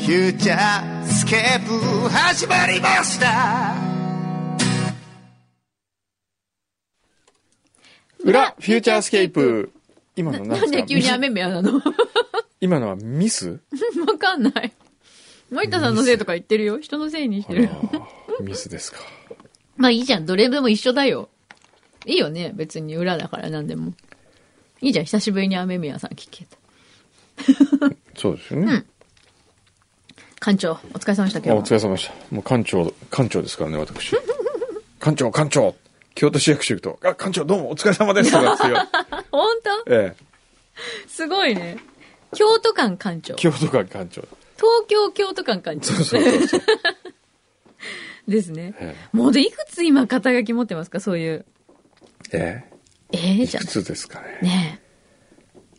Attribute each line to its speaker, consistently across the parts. Speaker 1: ューチャースケープ始まりました
Speaker 2: 裏、フューチャースケープ。今の
Speaker 3: なんで急に雨目なのわ
Speaker 2: 今のはミス
Speaker 3: かんない。森田さんのせいとか言ってるよ。人のせいにしてる。
Speaker 2: ミスですか。
Speaker 3: まあいいじゃん。どれでも一緒だよ。いいよね。別に裏だから何でも。いいじゃん。久しぶりに雨宮さん聞けた。
Speaker 2: そうですよね。
Speaker 3: 館長、お疲れ様でした、
Speaker 2: あ
Speaker 3: 今
Speaker 2: お疲
Speaker 3: 日は。
Speaker 2: れ様でした。もう館長、館長ですからね、私。 館長、館長京都市役所行くと、あ、館長どうもお疲れ様ですと かってよ。
Speaker 3: あ本当
Speaker 2: ええ。
Speaker 3: すごいね。京都館館長。東
Speaker 2: 京都館館長。
Speaker 3: 京京都館館長
Speaker 2: そうそうそ うそう。
Speaker 3: ですね
Speaker 2: え。
Speaker 3: もうで、いくつ今肩書き持ってますかそういう。
Speaker 2: え
Speaker 3: ええ
Speaker 2: え。い
Speaker 3: じゃ
Speaker 2: く
Speaker 3: ん。
Speaker 2: つですかね。
Speaker 3: ね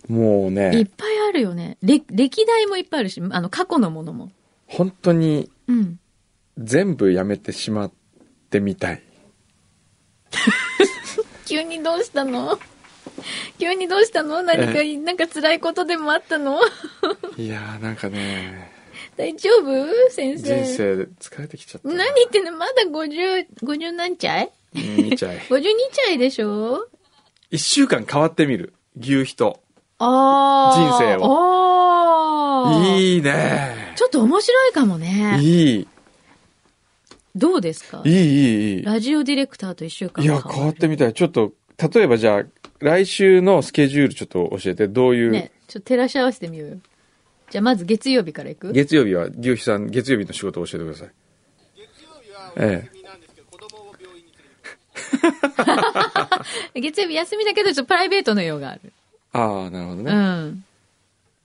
Speaker 3: え。
Speaker 2: も
Speaker 3: い
Speaker 2: う
Speaker 3: っ
Speaker 2: ね、
Speaker 3: ぱいあるよね。れ歴代もいっぱいあるし、あの、過去のものも。
Speaker 2: 本当に
Speaker 3: うん。
Speaker 2: 全部やめてしまってみたい。
Speaker 3: 急にどうしたの急にどうしたの何かい、なんか辛いことでもあったの
Speaker 2: いやーなんかね、
Speaker 3: 大丈夫先生。
Speaker 2: 人生疲れてきちゃった。
Speaker 3: 何言ってんのまだ50、50何歳
Speaker 2: うん見ち ゃい。
Speaker 3: ?52 歳でしょ
Speaker 2: 一週間変わってみる。牛皮と。
Speaker 3: あー
Speaker 2: 人生を
Speaker 3: あー
Speaker 2: いいね。
Speaker 3: ちょっと面白いかもね。
Speaker 2: いい。
Speaker 3: どうですか
Speaker 2: いい、いい、いい。
Speaker 3: ラジオディレクターと一週間
Speaker 2: いや、変わってみたい。ちょっと、例えばじゃあ、来週のスケジュールちょっと教えて、どういう、
Speaker 3: ね、ちょっと照らし合わせてみようよ。じゃあまず月曜日からいく
Speaker 2: 月曜日は、牛皮さん、月曜日の仕事を教えてください。ええ。
Speaker 3: 月曜日休みだけど、ちょっとプライベートの用がある。
Speaker 2: ああ、なるほど
Speaker 3: う
Speaker 2: ね。
Speaker 3: ん。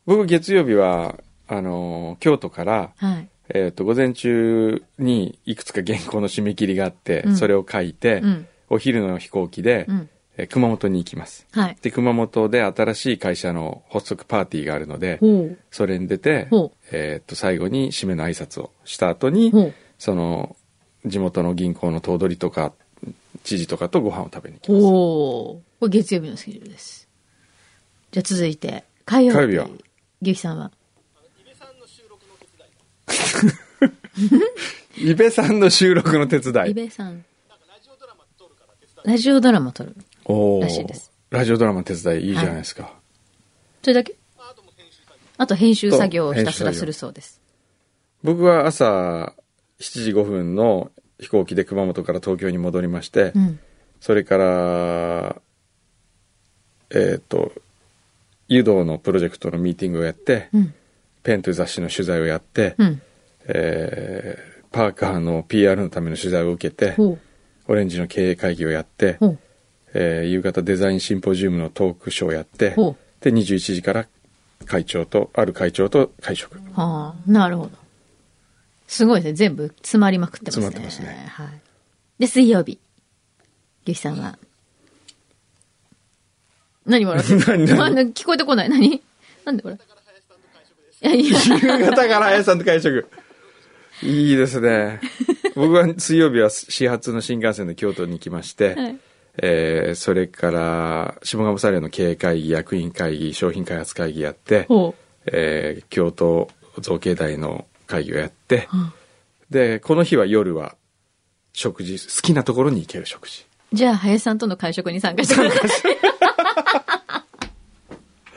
Speaker 2: 僕、月曜日は、あのー京都から、
Speaker 3: はい。
Speaker 2: えっ、と、午前中にいくつか原稿の締め切りがあって、
Speaker 3: うん
Speaker 2: それを書いて、
Speaker 3: うん。
Speaker 2: お昼の飛行機で、
Speaker 3: うん。
Speaker 2: えー熊本に行きます。
Speaker 3: はい。
Speaker 2: で、熊本で新しい会社の発足パーティーがあるので、
Speaker 3: ほう。
Speaker 2: それに出て
Speaker 3: ほう、
Speaker 2: えっと、最後に締めの挨拶をした後に、
Speaker 3: ほう。
Speaker 2: その、地元の銀行の頭取とか、知事とかとご飯を食べに行きます。
Speaker 3: ほう。これ月曜日のスケジュールです。じゃあ続いて、火曜日。
Speaker 2: 火曜日は
Speaker 3: 牛木さんは。
Speaker 2: 伊部さんの収録の手
Speaker 3: 伊
Speaker 2: 伝い。
Speaker 3: 部さん。ラジオドラマ撮るから手伝
Speaker 2: おー
Speaker 3: らしいです
Speaker 2: ラジオドラマの手伝いいいじゃないですか。
Speaker 3: う。それだけあと編集作業をひたすら
Speaker 2: と編集作業
Speaker 3: するそうです。
Speaker 2: 僕は朝7時5分の飛行機で熊本から東京に戻りまして、
Speaker 3: うん。
Speaker 2: それから、えっ、と、湯道のプロジェクトのミーティングをやって、
Speaker 3: うん。
Speaker 2: ペンという雑誌の取材をやって、
Speaker 3: うん。
Speaker 2: えーパーカーの PR のための取材を受けて、
Speaker 3: ほう。
Speaker 2: オレンジの経営会議をやって
Speaker 3: ほ、う。
Speaker 2: えー夕方デザインシンポジウムのトークショーをやって
Speaker 3: ほう、
Speaker 2: で、21時から会長と、ある会長と会食。
Speaker 3: はあ、なるほど。すごいですね。全部詰まりまくってますね。
Speaker 2: 詰まってますね
Speaker 3: はい。で、水曜日。ゆきさんは。何笑ってる
Speaker 2: 何何
Speaker 3: あな聞こえてこない。何なんで これいやいや、
Speaker 2: 夕方から林さんと会食。いいですね。僕は水曜日は始発の新幹線で京都に行きまして、
Speaker 3: はい
Speaker 2: えーそれから下鴨サレの経営会議、役員会議、商品開発会議やって、
Speaker 3: ほ
Speaker 2: えー京都造形大の会議をやって、
Speaker 3: ん
Speaker 2: でこの日は夜は食事好きなところに行ける食事
Speaker 3: う。じゃあ、林さんとの会食に参加してください。
Speaker 2: い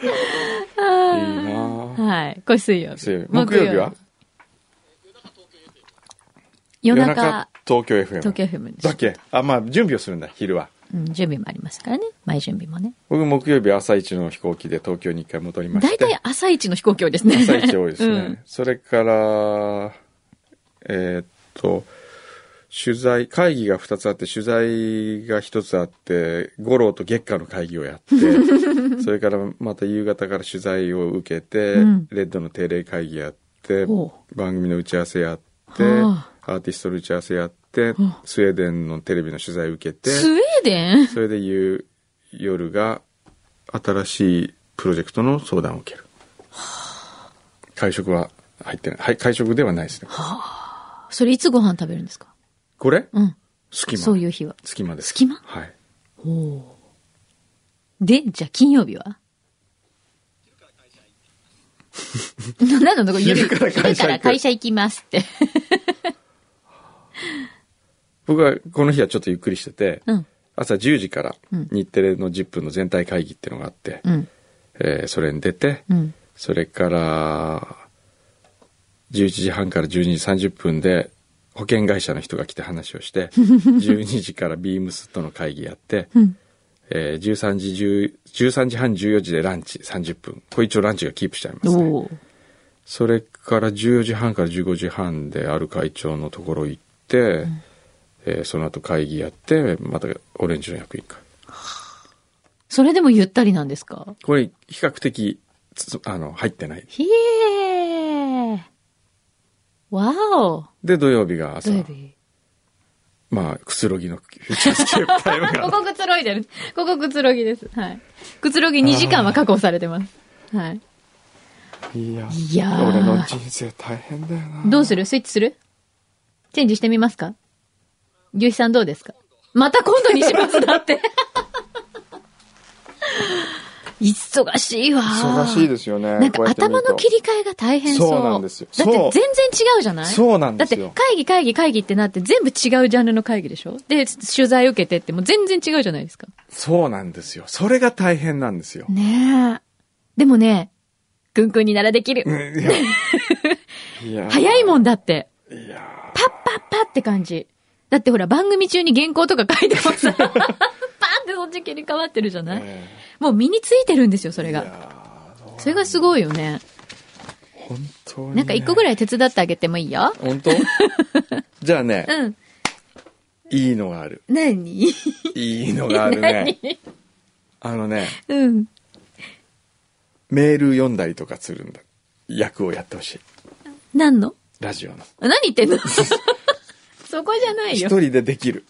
Speaker 2: いなあ
Speaker 3: はい。これ水曜日。
Speaker 2: 水曜日木曜日は
Speaker 3: 夜
Speaker 2: 夜中
Speaker 3: 中、
Speaker 2: 東京 FM
Speaker 3: 東京 FM です
Speaker 2: だっけあまあ準備をするんだ昼は
Speaker 3: うん、準備もありますからね。前準備もね。
Speaker 2: 僕木曜日朝一の飛行機で東京に一回戻りまし
Speaker 3: 大
Speaker 2: て
Speaker 3: 体朝一の飛行機多いですね。
Speaker 2: 朝一多いですね、
Speaker 3: うん
Speaker 2: それからえーっと取材会議が2つあって取材が1つあって五郎と月下の会議を やってそれからまた夕方から取材を受けて、
Speaker 3: うん
Speaker 2: レッドの定例会議やって
Speaker 3: お
Speaker 2: 番組の打ち合わせやって
Speaker 3: は
Speaker 2: アーティストの打ち合わせやって
Speaker 3: は
Speaker 2: スウェーデンのテレビの取材受けて
Speaker 3: スウェーデン
Speaker 2: それで夕夜が新しいプロジェクトの相談を受ける。会食は入ってない。はい、会食ではないですね。
Speaker 3: それいつご飯食べるんですか
Speaker 2: これ
Speaker 3: うん。
Speaker 2: 隙間。
Speaker 3: そういう日は。
Speaker 2: 隙間です。
Speaker 3: 隙間
Speaker 2: はい。
Speaker 3: で、じゃあ金曜日はなんなのこれゆるい。
Speaker 2: 昼から会社行く
Speaker 3: 昼から会社行きますって。
Speaker 2: 僕はこの日はちょっとゆっくりしてて、
Speaker 3: うん。
Speaker 2: 朝10時から
Speaker 3: うん
Speaker 2: 日テレの10分の全体会議っていうのがあって、
Speaker 3: うん。
Speaker 2: えーそれに出て、
Speaker 3: うん。
Speaker 2: それから11時半から12時30分で保険会社の人が来て話 をして、12時からビームスとの会議やって、
Speaker 3: うん。
Speaker 2: えー13時10 13時半14時でランチ30分。これ一応ランチがキープしちゃいます、ね。
Speaker 3: おー
Speaker 2: それから14時半から15時半である会長のところ行って、えーその後会議やって、またオレンジの役員会。
Speaker 3: それでもゆったりなんですか
Speaker 2: これ比較的、つあの、入ってない。
Speaker 3: ひえー。わお。
Speaker 2: で、土曜日が朝
Speaker 3: 土、曜日。
Speaker 2: まあ、くつろぎのフューチャースケープタ イム
Speaker 3: こ
Speaker 2: が。
Speaker 3: こくつろいでる。ここくつろぎです。はい。くつろぎ2時間は確保されてます。はい。
Speaker 2: いや、
Speaker 3: いやー
Speaker 2: 俺の人生大変だよな。
Speaker 3: どうするスイッチするチェンジしてみますか牛肥さんどうですかまた今度にしますだって。 忙しいわ。
Speaker 2: 忙しいですよ
Speaker 3: な
Speaker 2: ね。
Speaker 3: ん
Speaker 2: こ
Speaker 3: か
Speaker 2: うやって見る
Speaker 3: 頭
Speaker 2: と
Speaker 3: の切り替えが大変そう。
Speaker 2: そうなんですよ
Speaker 3: だって
Speaker 2: そう
Speaker 3: 全然違うじゃない
Speaker 2: そうなんですよ
Speaker 3: だって会議会議会議ってなって全部違うジャンルの会議でしょで、取材受けてってもう全然違うじゃないですか。
Speaker 2: そうなんですよ。それが大変なんですよ。
Speaker 3: ねえ。でもね、くんくんにならできる。
Speaker 2: うんい やいや
Speaker 3: 早いもんだって。
Speaker 2: いや
Speaker 3: パッパッパって感じ。だってほら、番組中に原稿とか書いても さ、パーンってそっち切り替わってるじゃない、
Speaker 2: え
Speaker 3: もう身についてるんですよ、それ
Speaker 2: い
Speaker 3: が。
Speaker 2: や
Speaker 3: それがすごいよね。
Speaker 2: 本当に、ね。
Speaker 3: なんか一個ぐ
Speaker 2: い。
Speaker 3: らい手伝ってあげてもいいよ。
Speaker 2: 本 当じゃあね、
Speaker 3: うん。
Speaker 2: いいのがある。
Speaker 3: 何
Speaker 2: いいのがあるね。あのね、
Speaker 3: うん。
Speaker 2: メール読んだりとかするんだ。役をやってほしい。
Speaker 3: 何の
Speaker 2: ラジオの。
Speaker 3: 何言ってんの そこじゃない
Speaker 2: 一
Speaker 3: よ。そこ
Speaker 2: 人でできる。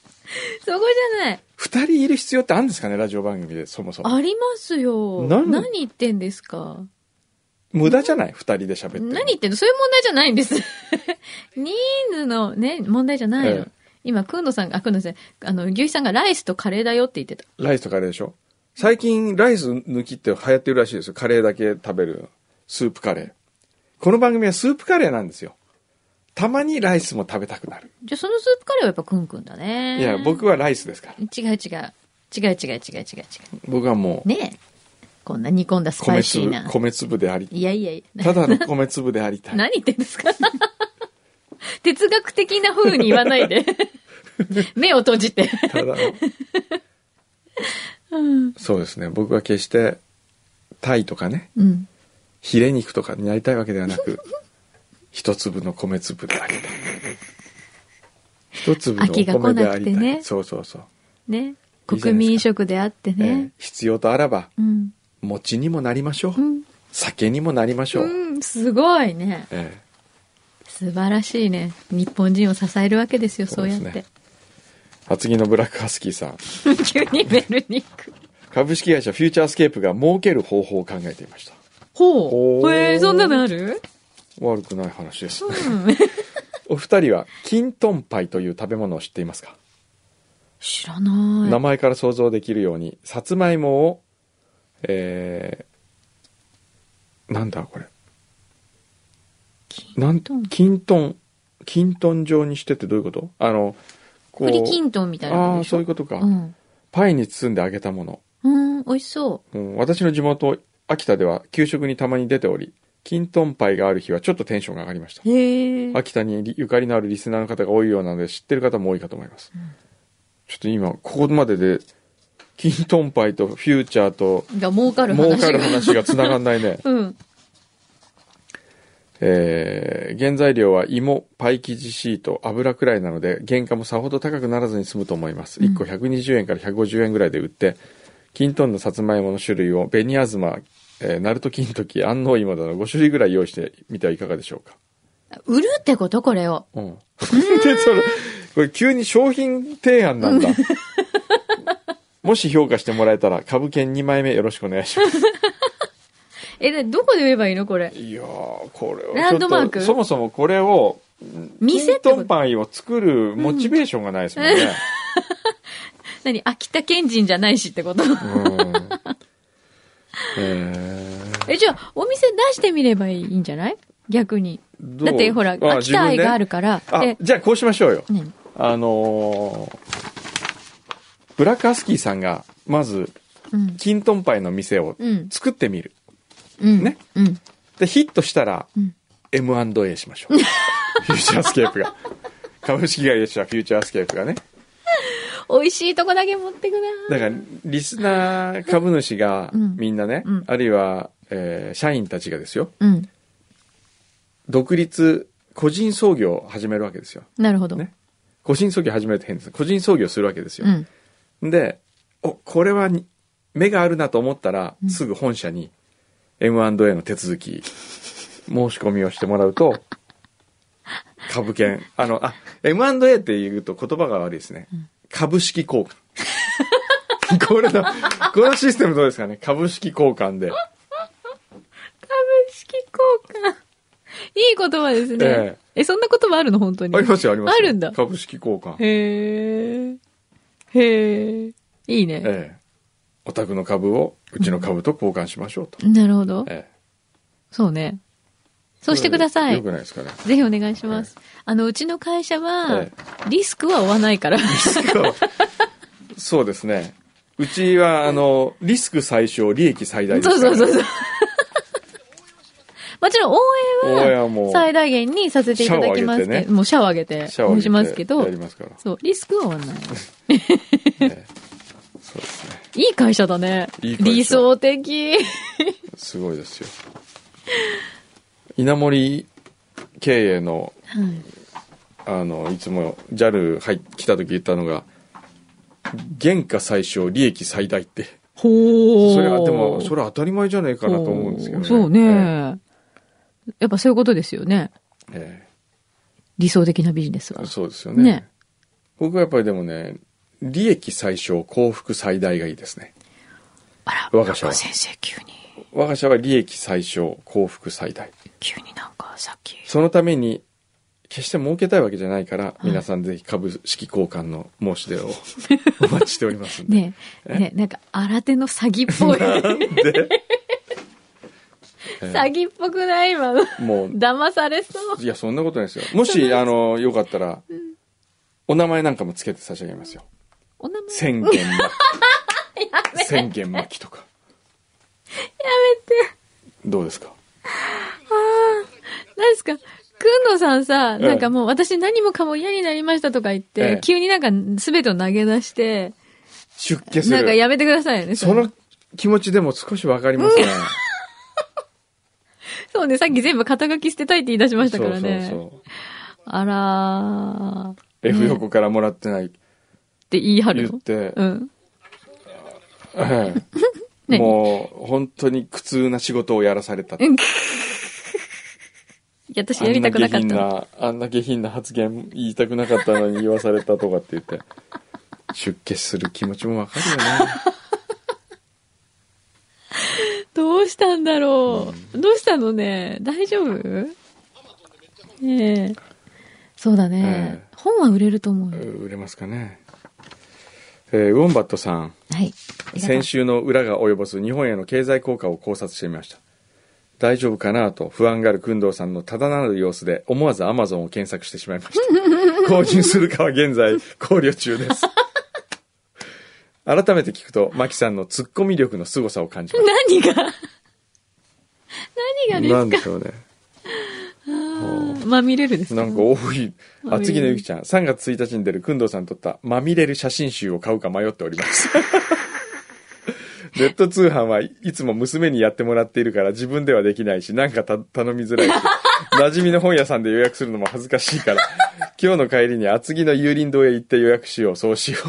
Speaker 3: じゃない。
Speaker 2: 二人いる必要ってあるんですかね、ラジオ番組で、そもそも。
Speaker 3: ありますよ。
Speaker 2: 何
Speaker 3: 何言ってんですか
Speaker 2: 無駄じゃない二人で喋って。
Speaker 3: 何言ってんのそういう問題じゃないん です。ニーズのね、問題じゃない
Speaker 2: え
Speaker 3: の
Speaker 2: え。
Speaker 3: 今、くんのさんが、あ、くんのさん、あの、牛肥さんがライスとカレーだよって言ってた。
Speaker 2: ライスとカレーでしょ最近、ライス抜きって流行ってるらしいですよ。カレーだけ食べる。スープカレー。この番組はスープカレーなんですよ。たまにライスも食べたくなる。
Speaker 3: じゃあ、そのスープカレーはやっぱくんくんだね。
Speaker 2: いや、僕はライスですから。
Speaker 3: 違う違う。違う違う違う違う違う。
Speaker 2: 僕はもう、
Speaker 3: ねえ。こんな煮込んだスパ
Speaker 2: 米
Speaker 3: イシー
Speaker 2: 粒
Speaker 3: な、。
Speaker 2: 米粒であり、
Speaker 3: いやいやいや。
Speaker 2: ただの米粒で ありたい。
Speaker 3: 何言ってんですか哲学的な風に言わない で。目を閉じて。
Speaker 2: ただの。 そうですね。僕は決して、タイとかね、
Speaker 3: うん。
Speaker 2: ヒレ肉とかになりたいわけではな く、一粒の米粒でありたい。一粒のお
Speaker 3: 飽きが来
Speaker 2: 米で
Speaker 3: な
Speaker 2: あ
Speaker 3: く
Speaker 2: り
Speaker 3: て
Speaker 2: たい。
Speaker 3: ね
Speaker 2: そうそうそう。
Speaker 3: ね。
Speaker 2: いいじゃないですか
Speaker 3: 国民食であって
Speaker 2: え
Speaker 3: ね
Speaker 2: ー。必要とあらば、
Speaker 3: うん。
Speaker 2: 餅にもなりましょう、
Speaker 3: うん。
Speaker 2: 酒にもなりましょう、
Speaker 3: うん、すごいね。
Speaker 2: え
Speaker 3: 素晴らしいね。日本人を支えるわけですよ、
Speaker 2: そ
Speaker 3: そうう
Speaker 2: で
Speaker 3: やっ
Speaker 2: す
Speaker 3: て
Speaker 2: ね。厚木のブラックハスキーさん
Speaker 3: 急にベルに行く。
Speaker 2: 株式会社フューチャースケープが儲ける方法を考えていました
Speaker 3: ほ
Speaker 2: ほう
Speaker 3: う。へえ、そんなのある
Speaker 2: 悪くない話ですね、
Speaker 3: うん。
Speaker 2: お二人はキントンパイという食べ物を知っていますか、
Speaker 3: 知らない。
Speaker 2: 名前から想像できるようにさつまいもをえー、なんだこれなん
Speaker 3: トン
Speaker 2: キントンキントン状にしてってどういうことあのこ
Speaker 3: 栗きんとんみたいな
Speaker 2: あ
Speaker 3: の
Speaker 2: あー
Speaker 3: でしょ
Speaker 2: そういうことか、
Speaker 3: うん。
Speaker 2: パイに包んで揚げたもの、
Speaker 3: うん、美味しそ
Speaker 2: うん私の地元秋田では給食にたまに出ておりキントンパイがある日はちょっとテンションが上がりました
Speaker 3: う。へえ。
Speaker 2: 秋田にゆかりのあるリスナーの方が多いようなので知ってる方も多いかと思います、ちょっと今ここまででキントンパイとフューチャーと
Speaker 3: が儲かる話が。
Speaker 2: 儲かる話がつながんないね
Speaker 3: うん。
Speaker 2: えー原材料は芋パイ生地シート油くらいなので原価もさほど高くならずに済むと思います、1個120円から150円ぐらいで売ってきんとんのさつまいもの種類を紅あずま、えー、ナルト金時安納芋など5種類ぐらい用意してみてはいかがでしょうか
Speaker 3: 売るってことこれを。
Speaker 2: うんでそれこれ急に商品提案なん だもし評価してもらえたら株券2枚目よろしくお願いします
Speaker 3: え、でどこで言えばいいのこれ。
Speaker 2: いやーこれは
Speaker 3: ランドマーク
Speaker 2: ちょっとそもそもこれを
Speaker 3: 店って
Speaker 2: キント
Speaker 3: こ
Speaker 2: ン
Speaker 3: と
Speaker 2: パイを作るモチベーションがないですもんね、
Speaker 3: 何秋田県人じゃないしってこと
Speaker 2: うんえー
Speaker 3: え、じゃあ、お店出してみればいいんじゃない逆に。
Speaker 2: どう
Speaker 3: だってほら、
Speaker 2: あ
Speaker 3: 飽きた愛
Speaker 2: 自分で
Speaker 3: があるから。
Speaker 2: あ
Speaker 3: で、
Speaker 2: じゃあこうしましょうよ。
Speaker 3: 何
Speaker 2: あのーブラックハスキーさんが、まず、
Speaker 3: うん。
Speaker 2: キントンパイの店を
Speaker 3: うん
Speaker 2: 作ってみる。
Speaker 3: うん。
Speaker 2: ね
Speaker 3: うん。
Speaker 2: で、ヒットしたら、
Speaker 3: うん
Speaker 2: M&A しましょう。 フューチャースケープが。株式会社フューチャースケープがね。
Speaker 3: 美味しいとこだけ持ってくな
Speaker 2: だから、リスナー株主が
Speaker 3: うん
Speaker 2: みんなね、
Speaker 3: うん
Speaker 2: あるいは、えー社員たちがですよ、
Speaker 3: うん。
Speaker 2: 独立、個人創業を始めるわけですよ。
Speaker 3: なるほど。
Speaker 2: ね個人創業始めると変です。個人創業するわけですよ
Speaker 3: う。ん。
Speaker 2: で、お、これはに目があるなと思ったら、
Speaker 3: ん
Speaker 2: すぐ本社に M&A の手続き、申し込みをしてもら うと、株券。あの、あ、M&A って言うと言葉が悪いですね。株式交換。 これの、このシステムどうですかね株式交換で。
Speaker 3: 株式交換。いい言葉ですね。
Speaker 2: え
Speaker 3: えそんな言葉あるの本当に。
Speaker 2: ありますよ、ありますよ。
Speaker 3: あるんだ。
Speaker 2: 株式交換。
Speaker 3: へえ。へえ。いいね。
Speaker 2: ええ。お宅の株を、うちの株と交換しましょうと。
Speaker 3: なるほど。
Speaker 2: ええ。
Speaker 3: そうね。そうしてくださ
Speaker 2: よ
Speaker 3: い
Speaker 2: く。ないですかね。
Speaker 3: ぜひお願いします。あの、うちの会社は
Speaker 2: え、
Speaker 3: リスクは負わない から。
Speaker 2: そうそうですね。うちは、あの、リスク最小、利益最大です
Speaker 3: そ
Speaker 2: か
Speaker 3: う
Speaker 2: ら
Speaker 3: そうそう そう。もちろん応
Speaker 2: 応援
Speaker 3: 援
Speaker 2: はも
Speaker 3: は
Speaker 2: う
Speaker 3: 最大限にさせていただきます
Speaker 2: シャワーあ
Speaker 3: け
Speaker 2: げて
Speaker 3: ど、もうシャワーあげて、
Speaker 2: シャワー
Speaker 3: しますけど
Speaker 2: やり、ますから。
Speaker 3: そう、リスクは負わ ない。
Speaker 2: ええそうですね。
Speaker 3: いい会社だね。
Speaker 2: いい会社
Speaker 3: 理想的。
Speaker 2: すごいですよ。稲森経営の、あの、いつも JAL 入来た時言ったのが、原価最小、利益最大って。
Speaker 3: ほー。
Speaker 2: それは、でも、それは当たり前じゃないかなと思うんですけどね。
Speaker 3: そう
Speaker 2: え
Speaker 3: ね。やっぱそういうことですよね。
Speaker 2: え。え
Speaker 3: 理想的なビジネスは
Speaker 2: え。そうですよね
Speaker 3: ね
Speaker 2: 僕はやっぱりでもね、利益最小、幸福最大がいいですね。
Speaker 3: あら、
Speaker 2: 我が社は。
Speaker 3: 先生急に、
Speaker 2: 我が社は利益最小、幸福最大。
Speaker 3: 急になんかさっき。
Speaker 2: そのために、決して儲けたいわけじゃないから、皆さんぜひ株式交換の申し出 をお待ちしておりますんで。
Speaker 3: ねえ、ねえ、なんか新手の詐欺っ ぽい。詐欺っぽくない今の。
Speaker 2: もう、
Speaker 3: 騙されそう。
Speaker 2: いや、そんなことないですよ。もし、あの、よかったら、お名前なんかもつけて差し上げますよ。
Speaker 3: お名前
Speaker 2: 千 元巻き。千元巻きとか。やめて。どうですか
Speaker 3: 何ですかくんのさんさ、
Speaker 2: ええ
Speaker 3: なんかもう私何もかも嫌になりましたとか言っ
Speaker 2: ええ
Speaker 3: て、急になんか全てを投げ出して、
Speaker 2: 出家する。
Speaker 3: なんかやめてくださいね。
Speaker 2: そ
Speaker 3: れ
Speaker 2: の気持ちでも少しわかりますね。
Speaker 3: そうね、さっき全部肩書き捨てたいって言い出しましたからね。
Speaker 2: そうそう
Speaker 3: あらーっ
Speaker 2: そう。F 横からもらってないって
Speaker 3: 言い張
Speaker 2: 言
Speaker 3: る
Speaker 2: っ
Speaker 3: の。
Speaker 2: て、
Speaker 3: うん。
Speaker 2: ええ
Speaker 3: 何
Speaker 2: もう本当に苦痛な仕事をやらされたって。
Speaker 3: うんいや、私やりたくなかったの。
Speaker 2: あんな下品な、あんな下品な発言言いたくなかったのに言わされたとかって言って、出家する気持ちもわかるよね。
Speaker 3: どうしたんだろう。どうしたのね。大丈夫ねえ。そうだね
Speaker 2: え。
Speaker 3: 本は売れると思う
Speaker 2: う
Speaker 3: よ。
Speaker 2: ん売れますかね。えーウォンバットさん。
Speaker 3: はい。ありがとう
Speaker 2: 先週の裏が及ぼす日本への経済効果を考察してみました大丈夫かなと不安がある工藤さんのただなる様子で思わず Amazon を検索してしまいまし た購入するかは現在考慮中です改めて聞くとマキさんのツッコミ力の凄さを感じまし
Speaker 3: 何が
Speaker 2: た
Speaker 3: 何が
Speaker 2: なん
Speaker 3: で
Speaker 2: で
Speaker 3: か
Speaker 2: すしょうね
Speaker 3: まみれるですか
Speaker 2: なんか多い
Speaker 3: まみれる
Speaker 2: 厚木のゆきちゃん3月1日に出る工藤さん撮ったまみれる写真集を買うか迷っておりますネット通販はいつも娘にやってもらっているから自分ではできないしなんかた頼みづらいし馴染みの本屋さんで予約するのも恥ずかしいから今日の帰りに厚木の有林堂へ行って予約しようそう しよ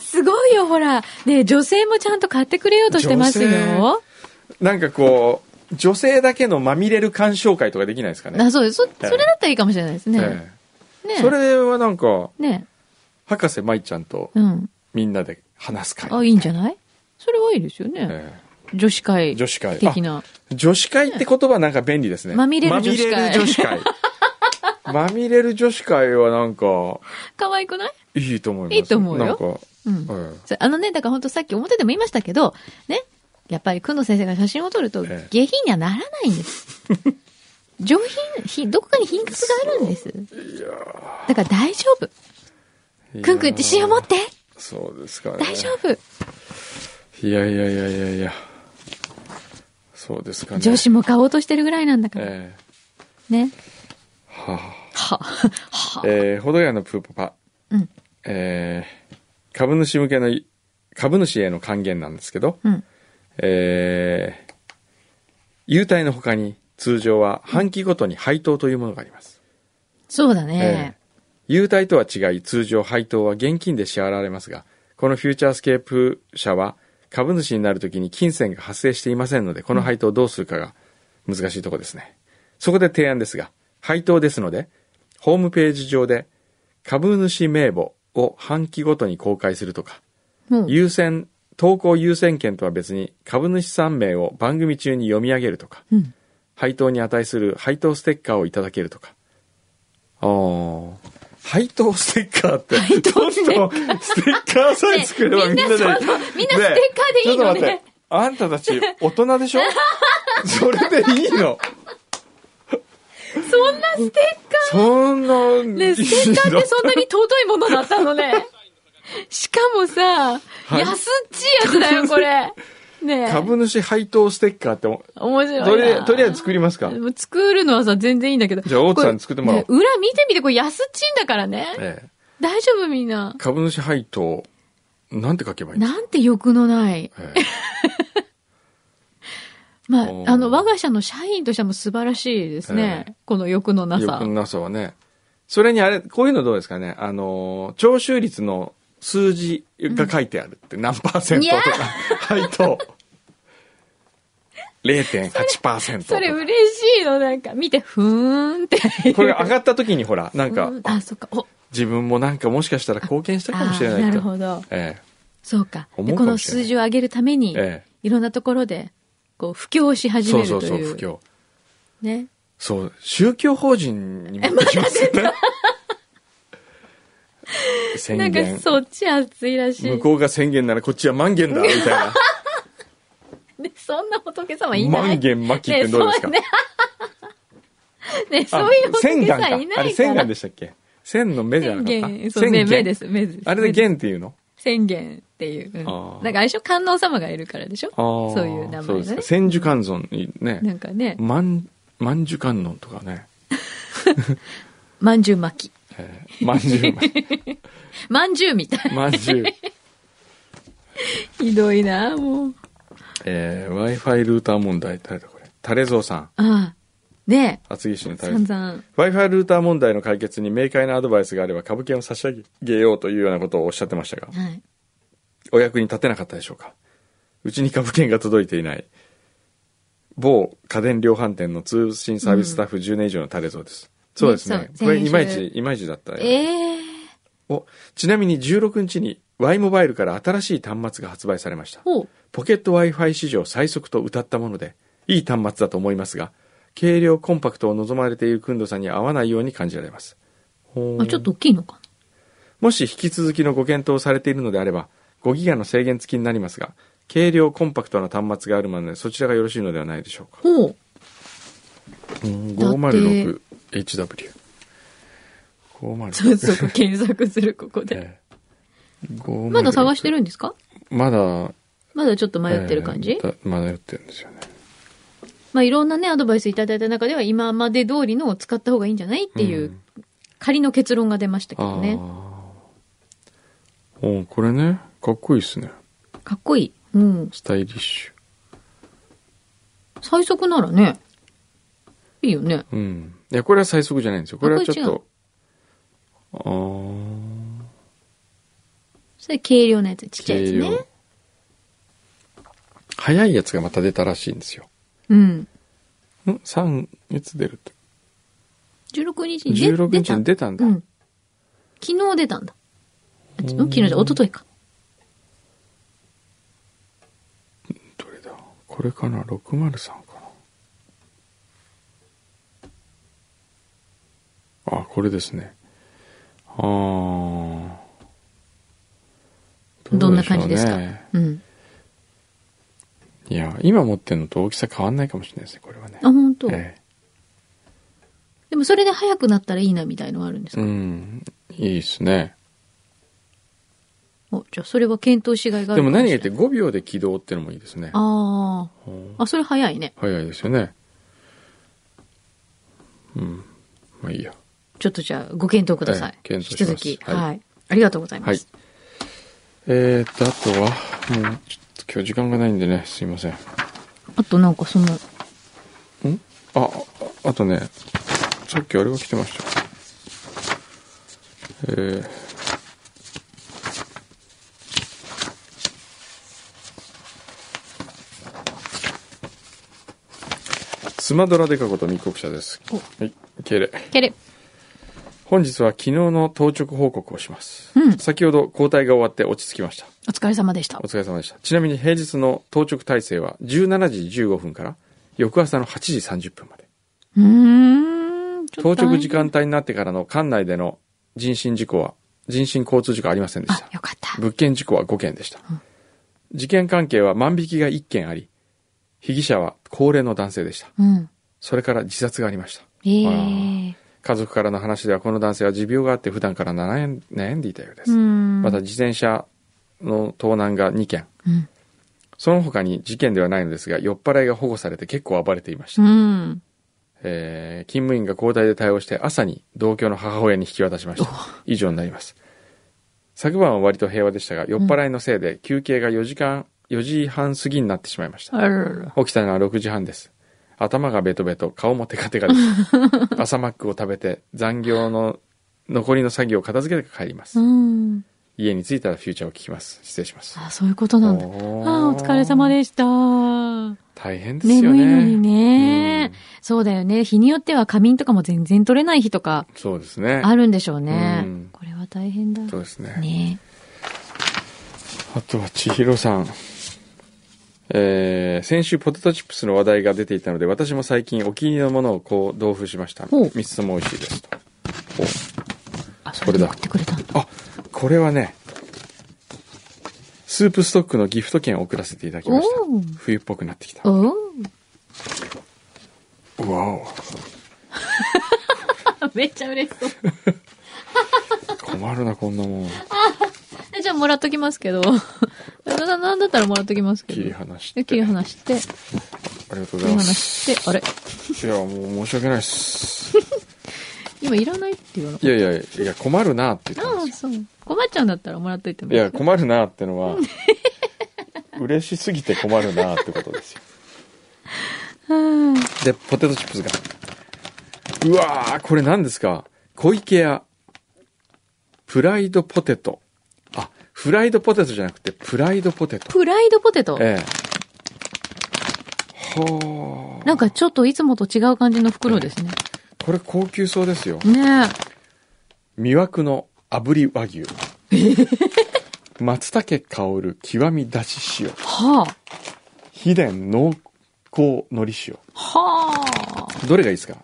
Speaker 3: すごいよ、ほら。ねえ女性もちゃんと買ってくれようとしてます
Speaker 2: 女
Speaker 3: よ。
Speaker 2: うなんかこう女性だけのまみれる鑑賞会とかできないですかね
Speaker 3: あ、そうです。そ、それだったらいいかもしれないですね。
Speaker 2: え
Speaker 3: ね
Speaker 2: え
Speaker 3: え
Speaker 2: それはなんか
Speaker 3: ね
Speaker 2: 博士舞ちゃんと
Speaker 3: えうん。
Speaker 2: みんなで話す会
Speaker 3: あ、いいんじゃないそれはいいですよね。
Speaker 2: ええ
Speaker 3: 女子会
Speaker 2: 女子会
Speaker 3: 的な。
Speaker 2: 女子会って言葉なんか便利ですね。
Speaker 3: まみれる女子会
Speaker 2: まみれる女子 会。まみれる女子会はなんか、
Speaker 3: 可愛くない
Speaker 2: いいと思います。
Speaker 3: いいと思うよ
Speaker 2: なんか、
Speaker 3: うん
Speaker 2: ええ
Speaker 3: そうあのね、だから本当さっき表でも言いましたけど、ね、やっぱり、くんの先生が写真を撮ると、
Speaker 2: ええ
Speaker 3: 下品にはならないん です。上品、ひ、どこかに品格があるんです。だから大丈夫。くんくん自信を持って
Speaker 2: そうですかね
Speaker 3: 大丈夫
Speaker 2: いやいやいやいやいやそうですかね
Speaker 3: 女子も買おうとしてるぐらいなんだから。
Speaker 2: え
Speaker 3: ね。
Speaker 2: えは
Speaker 3: は、
Speaker 2: あ
Speaker 3: は、
Speaker 2: えー、ほどやのプーパパ
Speaker 3: うん、
Speaker 2: えー株主向けの株主への還元なんですけど、
Speaker 3: うん。
Speaker 2: えー優待の他に通常は半期ごとに配当というものがあります、
Speaker 3: そうだね。
Speaker 2: えー優待とは違い通常配当は現金で支払われますがこのフューチャースケープ社は株主になるときに金銭が発生していませんのでこの配当をどうするかが難しいところですね、そこで提案ですが配当ですのでホームページ上で株主名簿を半期ごとに公開するとか
Speaker 3: もう、
Speaker 2: 優先投稿優先権とは別に株主3名を番組中に読み上げるとか、
Speaker 3: うん。
Speaker 2: 配当に値する配当ステッカーをいただけるとかあー配当ステッカーって
Speaker 3: 配当ステッカー
Speaker 2: どんどんステッカーさえ作ればみん
Speaker 3: ね
Speaker 2: な
Speaker 3: みん
Speaker 2: で
Speaker 3: なそうみんなステッカーでいいのね
Speaker 2: ちょっと待ってあんたたち大 人でしょそれでいいの
Speaker 3: そんなステッカー
Speaker 2: そんな、
Speaker 3: ね、ステッカーってそんなに尊いものだったの ね。しかもさ、
Speaker 2: はい
Speaker 3: 安っちいやつだよ、これ。ねえ。
Speaker 2: 株主配当ステッカーってお
Speaker 3: 面白いな。
Speaker 2: とりあえとりあえず作りますか、
Speaker 3: もう作るのはさ、全然いいんだけど。
Speaker 2: じゃあ大津さんに作ってもらおう
Speaker 3: これね裏見てみて、これ安っちいんだからね。
Speaker 2: ええ
Speaker 3: 大丈夫、みんな。
Speaker 2: 株主配当なんて書けばいいんです
Speaker 3: なんて欲のない。
Speaker 2: か、え
Speaker 3: まあ
Speaker 2: お、ー
Speaker 3: あの、我が社の社員としても素晴らしいですね。
Speaker 2: え
Speaker 3: この欲の な
Speaker 2: え、
Speaker 3: さ
Speaker 2: よ。くなさはねそれにあれこういうのどうですかねあのー徴収率の数字が書いてあるって、何パーセントとか
Speaker 3: いや
Speaker 2: 配当0.8%
Speaker 3: それ
Speaker 2: とか
Speaker 3: 嬉しいの、なんか。見て、ふーんって。
Speaker 2: これが上がった時にほらなんか、
Speaker 3: うん
Speaker 2: あ
Speaker 3: あ、そっか。お、
Speaker 2: 自分もなんかもしかしたら貢献したかもしれ
Speaker 3: あー
Speaker 2: な
Speaker 3: ないる
Speaker 2: と
Speaker 3: ほど。
Speaker 2: ええ
Speaker 3: そうか。
Speaker 2: 思
Speaker 3: で
Speaker 2: う
Speaker 3: こ
Speaker 2: か
Speaker 3: の
Speaker 2: もしれな
Speaker 3: 数
Speaker 2: い
Speaker 3: 字を上げるために、
Speaker 2: ええ
Speaker 3: いろんなところで、こう、布教をし始
Speaker 2: そ
Speaker 3: め
Speaker 2: う
Speaker 3: る
Speaker 2: そう
Speaker 3: という。
Speaker 2: そう不況
Speaker 3: ね。
Speaker 2: そう宗教法人にもできま すよね 宣
Speaker 3: なんか、
Speaker 2: 言
Speaker 3: そっち熱いらしい。
Speaker 2: 向こうが宣言ならこっちは万言だみたい な
Speaker 3: ね、そんな仏様いない。
Speaker 2: 万言マキ君どうですか、
Speaker 3: ねそうね、ねそういう
Speaker 2: 千
Speaker 3: 仏
Speaker 2: 眼
Speaker 3: 様
Speaker 2: か
Speaker 3: いないから。
Speaker 2: あれ千眼でしたっけ千の目じゃなかった
Speaker 3: 千眼そう、目、目ですす、目です。
Speaker 2: あれで言っていうの
Speaker 3: 宣言っていう。うん、
Speaker 2: あー
Speaker 3: なんか、相性観音様がいるからでしょ
Speaker 2: あー
Speaker 3: そういう名前
Speaker 2: そ
Speaker 3: が
Speaker 2: うです
Speaker 3: ね
Speaker 2: か。千手観音に
Speaker 3: な
Speaker 2: ね
Speaker 3: んかね、
Speaker 2: 万万手観音とかね
Speaker 3: まんじゅう巻き。
Speaker 2: えー 万手
Speaker 3: まんじゅうみたい。
Speaker 2: 万手
Speaker 3: ひどいな、もう。
Speaker 2: えー Wi-Fi ルーター問題誰だこれタレゾウさん
Speaker 3: ああ。ね
Speaker 2: 厚木市の
Speaker 3: え、
Speaker 2: タレゾ
Speaker 3: 散
Speaker 2: ウ
Speaker 3: 々。
Speaker 2: Wi-Fi ルーター問題の解決に明快なアドバイスがあれば株券を差し上げようというようなことをおっしゃってましたが
Speaker 3: はい。
Speaker 2: お役に立てなかったでしょうかうちに株券が届いていない某家電量販店の通信サービススタッフ10年以上のタレゾウです、そうですね
Speaker 3: ねそ
Speaker 2: こ
Speaker 3: う
Speaker 2: れ
Speaker 3: 先週
Speaker 2: いまいちいまいちだったよ
Speaker 3: ええ
Speaker 2: おちなみに16日に Y モバイルから新しい端末が発売されました
Speaker 3: ほう。
Speaker 2: ポケット Wi-Fi 史上最速と謳ったものでいい端末だと思いますが軽量コンパクトを望まれているくんどさんに合わないように感じられますほー
Speaker 3: あ、ちょっと大きいのか
Speaker 2: もし引き続きのご検討されているのであれば、5ギガの制限付きになりますが、軽量コンパクトな端末があるので、そちらがよろしいのではないでしょうか。
Speaker 3: なほう。
Speaker 2: 506HW。506
Speaker 3: 早速検索する、ここで。
Speaker 2: ええ506
Speaker 3: まだ探してるんですか
Speaker 2: まだ、
Speaker 3: まだちょっと迷ってる感じ、
Speaker 2: ええだ迷ってるんですよね。
Speaker 3: まあいろんなね、アドバイスいただいた中では今まで通りのを使った方がいいんじゃないっていう、
Speaker 2: うん
Speaker 3: 仮の結論が出ましたけ
Speaker 2: あ
Speaker 3: ど
Speaker 2: あ
Speaker 3: ね。
Speaker 2: ー。おうこれね、かっこいいですね。
Speaker 3: かっこいい。うん。
Speaker 2: スタイリッシ
Speaker 3: 最速ならね、いいよね。
Speaker 2: ュ。うん。いや、これは最速じゃないんですよ。これはちょっと、ああー。
Speaker 3: それ軽量なやつ、ちっちゃいやつね
Speaker 2: 軽。量早いやつがまた出たらしいんですよ。
Speaker 3: うん。
Speaker 2: ん ?3、いつ出るって。
Speaker 3: 16日に出
Speaker 2: 16日に
Speaker 3: 出
Speaker 2: 出たん
Speaker 3: た。
Speaker 2: だ。
Speaker 3: うん。昨日出たんだ。あちうん昨日じゃ、一昨日か。
Speaker 2: どれだこれかな ?603 かなあ、これですね。あー。
Speaker 3: どんな感じですか
Speaker 2: どうでしょうね
Speaker 3: うん。
Speaker 2: いや、今持ってるのと大きさ変わんないかもしれないですね、これはね。
Speaker 3: あ、本当。
Speaker 2: え
Speaker 3: でもそれで早くなったらいいなみたいのはあるんです
Speaker 2: え
Speaker 3: か、
Speaker 2: うん。いいですね。
Speaker 3: おじゃあそれは検討しがいがあ
Speaker 2: で
Speaker 3: るか
Speaker 2: も何が
Speaker 3: し
Speaker 2: 言
Speaker 3: れ
Speaker 2: っ
Speaker 3: ない
Speaker 2: て5秒で起動ってのもいいですね。
Speaker 3: あ
Speaker 2: うん
Speaker 3: あ。あ、それ早いね。
Speaker 2: 早いですよね。うん。まあいいや。
Speaker 3: ちょっとじゃあご検討ください。
Speaker 2: ええ検討
Speaker 3: 引
Speaker 2: します
Speaker 3: き続き、
Speaker 2: はい
Speaker 3: はい。ありがとうございます。
Speaker 2: はい。えーっと、あとは、もう、ちょっと今日時間がないんでね、すいません。
Speaker 3: あとなんかその、
Speaker 2: んあ、ああとね、さっきあれが来てました。えー、スマドラデカこと密告者です。
Speaker 3: お
Speaker 2: はい、敬礼。
Speaker 3: けれ、
Speaker 2: 本日は昨日の当直報告をします。
Speaker 3: うん
Speaker 2: 先ほど交代が終わって落ち着きました。
Speaker 3: お疲れ様でした
Speaker 2: お。疲れ様でした。ちなみに平日の当直体制は17時15分から翌朝の8時30分まで。
Speaker 3: うーん。ちょ
Speaker 2: 当
Speaker 3: っと大変
Speaker 2: 直時間帯になってからの管内での人身事故は、人身交通事故はありませんでし
Speaker 3: あ
Speaker 2: た、。
Speaker 3: よかった。
Speaker 2: 物件事故は5件でした。事件関係は万引きが1件あり、被疑者は高齢の男性でした。
Speaker 3: うん。
Speaker 2: それから自殺がありました。
Speaker 3: ええ
Speaker 2: あら家族からの話ではこの男性は持病があって普段から悩ん悩んでいたようです。
Speaker 3: うん。
Speaker 2: また自転車の盗難が2件。
Speaker 3: うん。
Speaker 2: その他に事件ではないのですが、酔っ払いが保護されて結構暴れていました。
Speaker 3: うん。
Speaker 2: えー勤務員が交代で対応して朝に同居の母親に引き渡しました。以上になります。昨晩は割と平和でしたが、酔っ払いのせいで休憩が4時間、4時半過ぎになってしまいました。
Speaker 3: あららら。
Speaker 2: 起きたのは6時半です。頭がベトベト、顔もテカテカです。 朝マックを食べて残業の残りの作業を片付けて帰ります
Speaker 3: う。ん。
Speaker 2: 家に着いたらフューチャーを聞きます。失礼します。
Speaker 3: あ、そういうことなんだ。あ
Speaker 2: おー
Speaker 3: あ、お疲れ様でした。
Speaker 2: 大変ですよ
Speaker 3: 眠
Speaker 2: ね。
Speaker 3: いのにね、
Speaker 2: うん
Speaker 3: そうだよね。日によっては仮眠とかも全然取れない日とか
Speaker 2: そうですね。
Speaker 3: あるんでしょうね。
Speaker 2: うん
Speaker 3: これは大変だ。
Speaker 2: そうですね。
Speaker 3: ね
Speaker 2: あとは千尋さん。えー先週ポテトチップスの話題が出ていたので、私も最近お気に入りのものをこう同封しました。
Speaker 3: ほう
Speaker 2: 3つとも美味しいですと。
Speaker 3: あ、そ
Speaker 2: こ
Speaker 3: れ
Speaker 2: れ
Speaker 3: で
Speaker 2: だ
Speaker 3: 送ってくれたんだ。
Speaker 2: あ、これはね、スープストックのギフト券を送らせていただきまし
Speaker 3: おう
Speaker 2: た。冬っぽくなってきた。
Speaker 3: おお。
Speaker 2: うわお、
Speaker 3: めっちゃ嬉しそう。
Speaker 2: 困るな、こんなもん。
Speaker 3: えじゃあもらっときます けど。ななんだったらもらっときますけど。
Speaker 2: 切り離し
Speaker 3: え
Speaker 2: て。
Speaker 3: 切り離して、
Speaker 2: ありがと
Speaker 3: 切
Speaker 2: うござ
Speaker 3: り
Speaker 2: いま
Speaker 3: 離
Speaker 2: す。
Speaker 3: して、あれ
Speaker 2: いや、もう申し訳ないです。
Speaker 3: 今いらないって言わなか
Speaker 2: い
Speaker 3: っ
Speaker 2: やいや、いや、困るなって言った
Speaker 3: た。
Speaker 2: ん
Speaker 3: あ
Speaker 2: で
Speaker 3: あ、
Speaker 2: す
Speaker 3: そう。困っちゃうんだったらもらっといても
Speaker 2: よ。い
Speaker 3: いい
Speaker 2: や、困るなってのは、嬉しすぎて困るなってことですよ。
Speaker 3: うん。
Speaker 2: で、ポテトチップスが。うわー、これ何ですか小池屋、プライドポテト。あ、フライドポテトじゃなくて、プライドポテト。
Speaker 3: プライドポテト。
Speaker 2: ええ。は
Speaker 3: なん
Speaker 2: あ。
Speaker 3: かちょっといつもと違う感じの袋ですね。
Speaker 2: これ高級そうですよ。
Speaker 3: ね
Speaker 2: 魅惑の炙り 和牛。松茸香る極みだし塩
Speaker 3: え。。はあ。
Speaker 2: 秘伝濃厚のり塩。
Speaker 3: はあ。
Speaker 2: どれがいいですか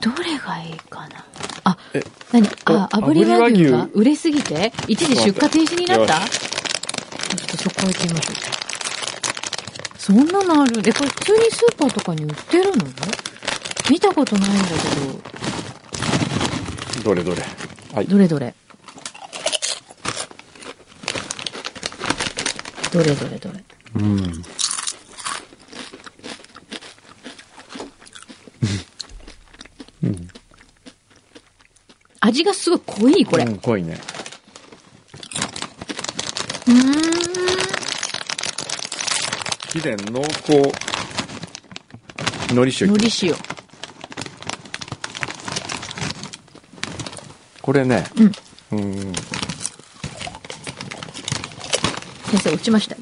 Speaker 3: どれがいいかな。あ
Speaker 2: え、
Speaker 3: 何あ、
Speaker 2: お
Speaker 3: 炙り和牛が
Speaker 2: 炙り和牛
Speaker 3: 売れすぎて一時出荷停止になった
Speaker 2: よ
Speaker 3: ちょっとそこ行ってみましょう。そんなのあるえ、これ普通にスーパーとかに売ってるの見たことないんだけ
Speaker 2: どれどれ。はい
Speaker 3: ど、。どれどれ。どれどれどれ。
Speaker 2: うん。
Speaker 3: 味がすごい濃い、これ。う
Speaker 2: う
Speaker 3: ーん
Speaker 2: ん、濃いね。。秘伝濃厚のり塩
Speaker 3: 海苔塩。
Speaker 2: これね
Speaker 3: うん。
Speaker 2: うん
Speaker 3: 先生、落ちました。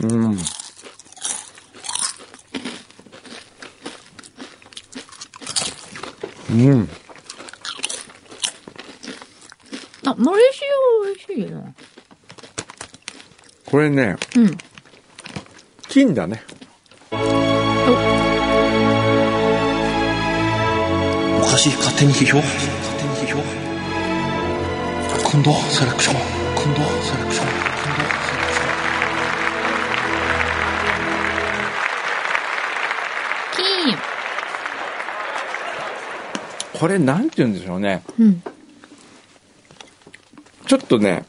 Speaker 2: うんうん
Speaker 3: あ、海苔塩美味しいな。
Speaker 2: これね
Speaker 3: うん。
Speaker 2: 金だね
Speaker 4: 昔勝手に批評勝手に批評今度セレクション今度セレクション今度
Speaker 3: 人。
Speaker 2: これなんて言うんでしょうね
Speaker 3: うん。
Speaker 2: ちょっとね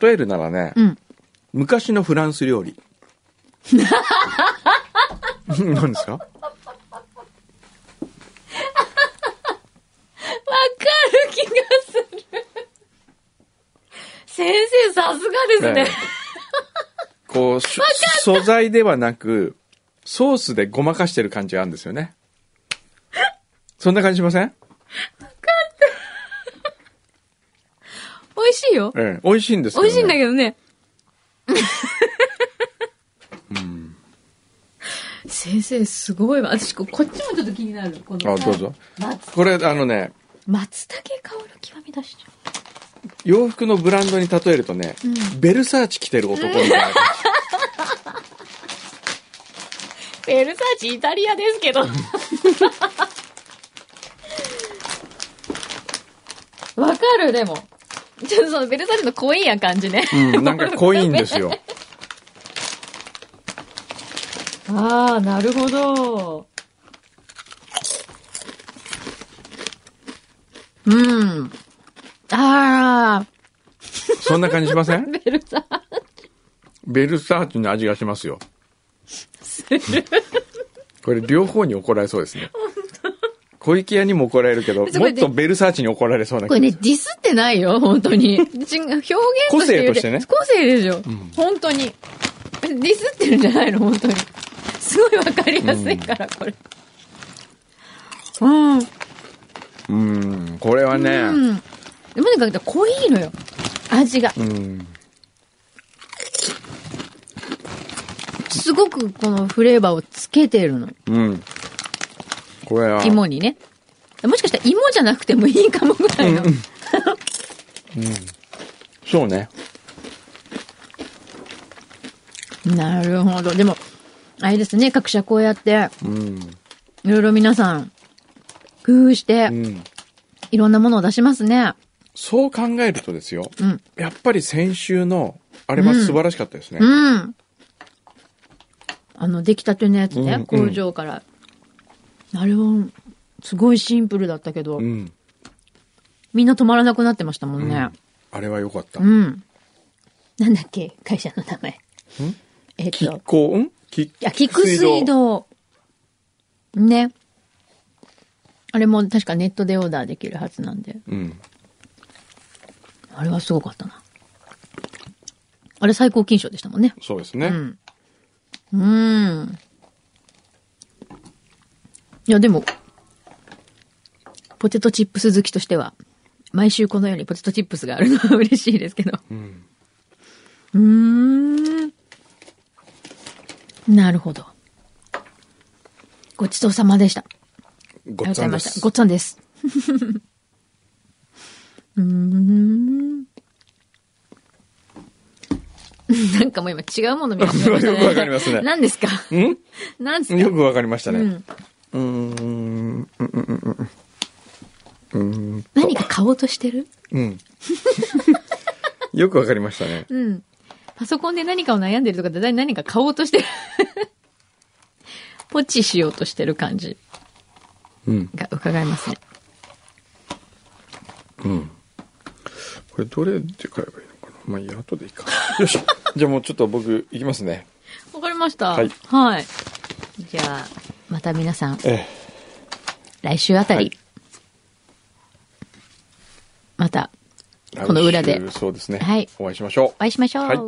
Speaker 2: 例えるならね、
Speaker 3: うん。
Speaker 2: 昔のフラン ス料理何ですか
Speaker 3: わかる気がする。先生、さすがですね。
Speaker 2: こうし素材ではなくソースでごまかしてる感じがあるんですよねそんな感じしません、
Speaker 3: 美味しいよ。
Speaker 2: ええ、美味しいんですけど
Speaker 3: 美
Speaker 2: ね
Speaker 3: 味しいんだけどね。先生、すごいわ。私、ここっちもちょっと気になる。この
Speaker 2: あどうぞ。
Speaker 3: 松、
Speaker 2: これあのね
Speaker 3: 松茸香る極み出しちゃう。
Speaker 2: 洋服のブランドに例えるとね、ベルサーチ着てる男みたいな感じ
Speaker 3: ベルサーチイタリアですけど。わかる、でも。 ちょっとそのベルサーチの濃いや感じね。
Speaker 2: うんなんか濃いんですよ
Speaker 3: ああ、なるほど。うん。あ
Speaker 2: そんな感じしませ
Speaker 3: あ、
Speaker 2: ん
Speaker 3: ベルサー
Speaker 2: ベルサーチの味がしますよ
Speaker 3: チする。
Speaker 2: これ両方に怒られそうですね小池屋にも怒られるけども
Speaker 3: 別にこれ
Speaker 2: っ
Speaker 3: で
Speaker 2: とベルサーチに怒られそう な
Speaker 3: これね、ディスってないよ、本当に。違う表現として
Speaker 2: 個性
Speaker 3: 言う
Speaker 2: としてね
Speaker 3: 個性でしょ。本当に。ディスってるんじゃないの、本当に。すごいわかりやすいから、これ。うん。
Speaker 2: うんこれはね、
Speaker 3: うん。でもね、かけ濃いのよ。味が。
Speaker 2: うん
Speaker 3: すごくこのフレーバーをつけてるの。
Speaker 2: うん。これは、
Speaker 3: 芋にね。もしかしたら芋じゃなくてもいいかもぐらいの。
Speaker 2: そうね。
Speaker 3: なるほど。でも、あれですね、各社こうやって、
Speaker 2: うん。
Speaker 3: いろいろ皆さん、工夫し
Speaker 2: う
Speaker 3: て、
Speaker 2: ん。
Speaker 3: いろんなものを出しますね。
Speaker 2: そう考えるとですよ。
Speaker 3: うん。
Speaker 2: やっぱり先週の、あれは素晴らしかったですね。
Speaker 3: うん。あの、出来たてのやつね、
Speaker 2: うんうん
Speaker 3: 工場から。あれは、すごいシンプルだったけど、
Speaker 2: うん。
Speaker 3: みんな止まらなくなってましたもんね。
Speaker 2: あれは良かった
Speaker 3: う。ん。なんだっけ、会社の名前。えっ
Speaker 2: キ
Speaker 3: と
Speaker 2: ッ、コーんキ
Speaker 3: いや、菊水。道。ね。あれも確かネットでオーダーできるはずなんで。
Speaker 2: うん。
Speaker 3: あれはすごかったな。あれ最高金賞でしたもんね。
Speaker 2: そうですね。
Speaker 3: うん。うーん。いや、でも、ポテトチップス好きとしては、毎週このようにポテトチップスがあるのは 嬉しいですけど。うーん。なるほど。ごちそうさまでした。
Speaker 2: ごっつぁんです
Speaker 3: ご。っつぁんです。 うーん。 なんかもう今違うもの見えてきました
Speaker 2: よくわかりますね
Speaker 3: 何ですか
Speaker 2: ん
Speaker 3: 何ですか
Speaker 2: よくわかりました
Speaker 3: う
Speaker 2: ね。
Speaker 3: ん
Speaker 2: うーん。
Speaker 3: 何か買おうとしてる
Speaker 2: うん。よくわかりましたね。
Speaker 3: うん。パソコンで何かを悩んでるとか、だい何か買おうと してる。ポチしようとしてる感じ
Speaker 2: うん。
Speaker 3: が伺えますね。
Speaker 2: これどれで買えばいいのかなまあいいや、後でいいか。よし。じゃあもうちょっと僕、行きます ね。
Speaker 3: わかりました。
Speaker 2: はい
Speaker 3: はい。じゃあ、また皆さん、
Speaker 2: ええ。
Speaker 3: 来週あたり、
Speaker 2: はい
Speaker 3: またこの裏で
Speaker 2: 来週そうですね。
Speaker 3: はい
Speaker 2: お会いしましょう。
Speaker 3: お会いしましょう。
Speaker 2: はい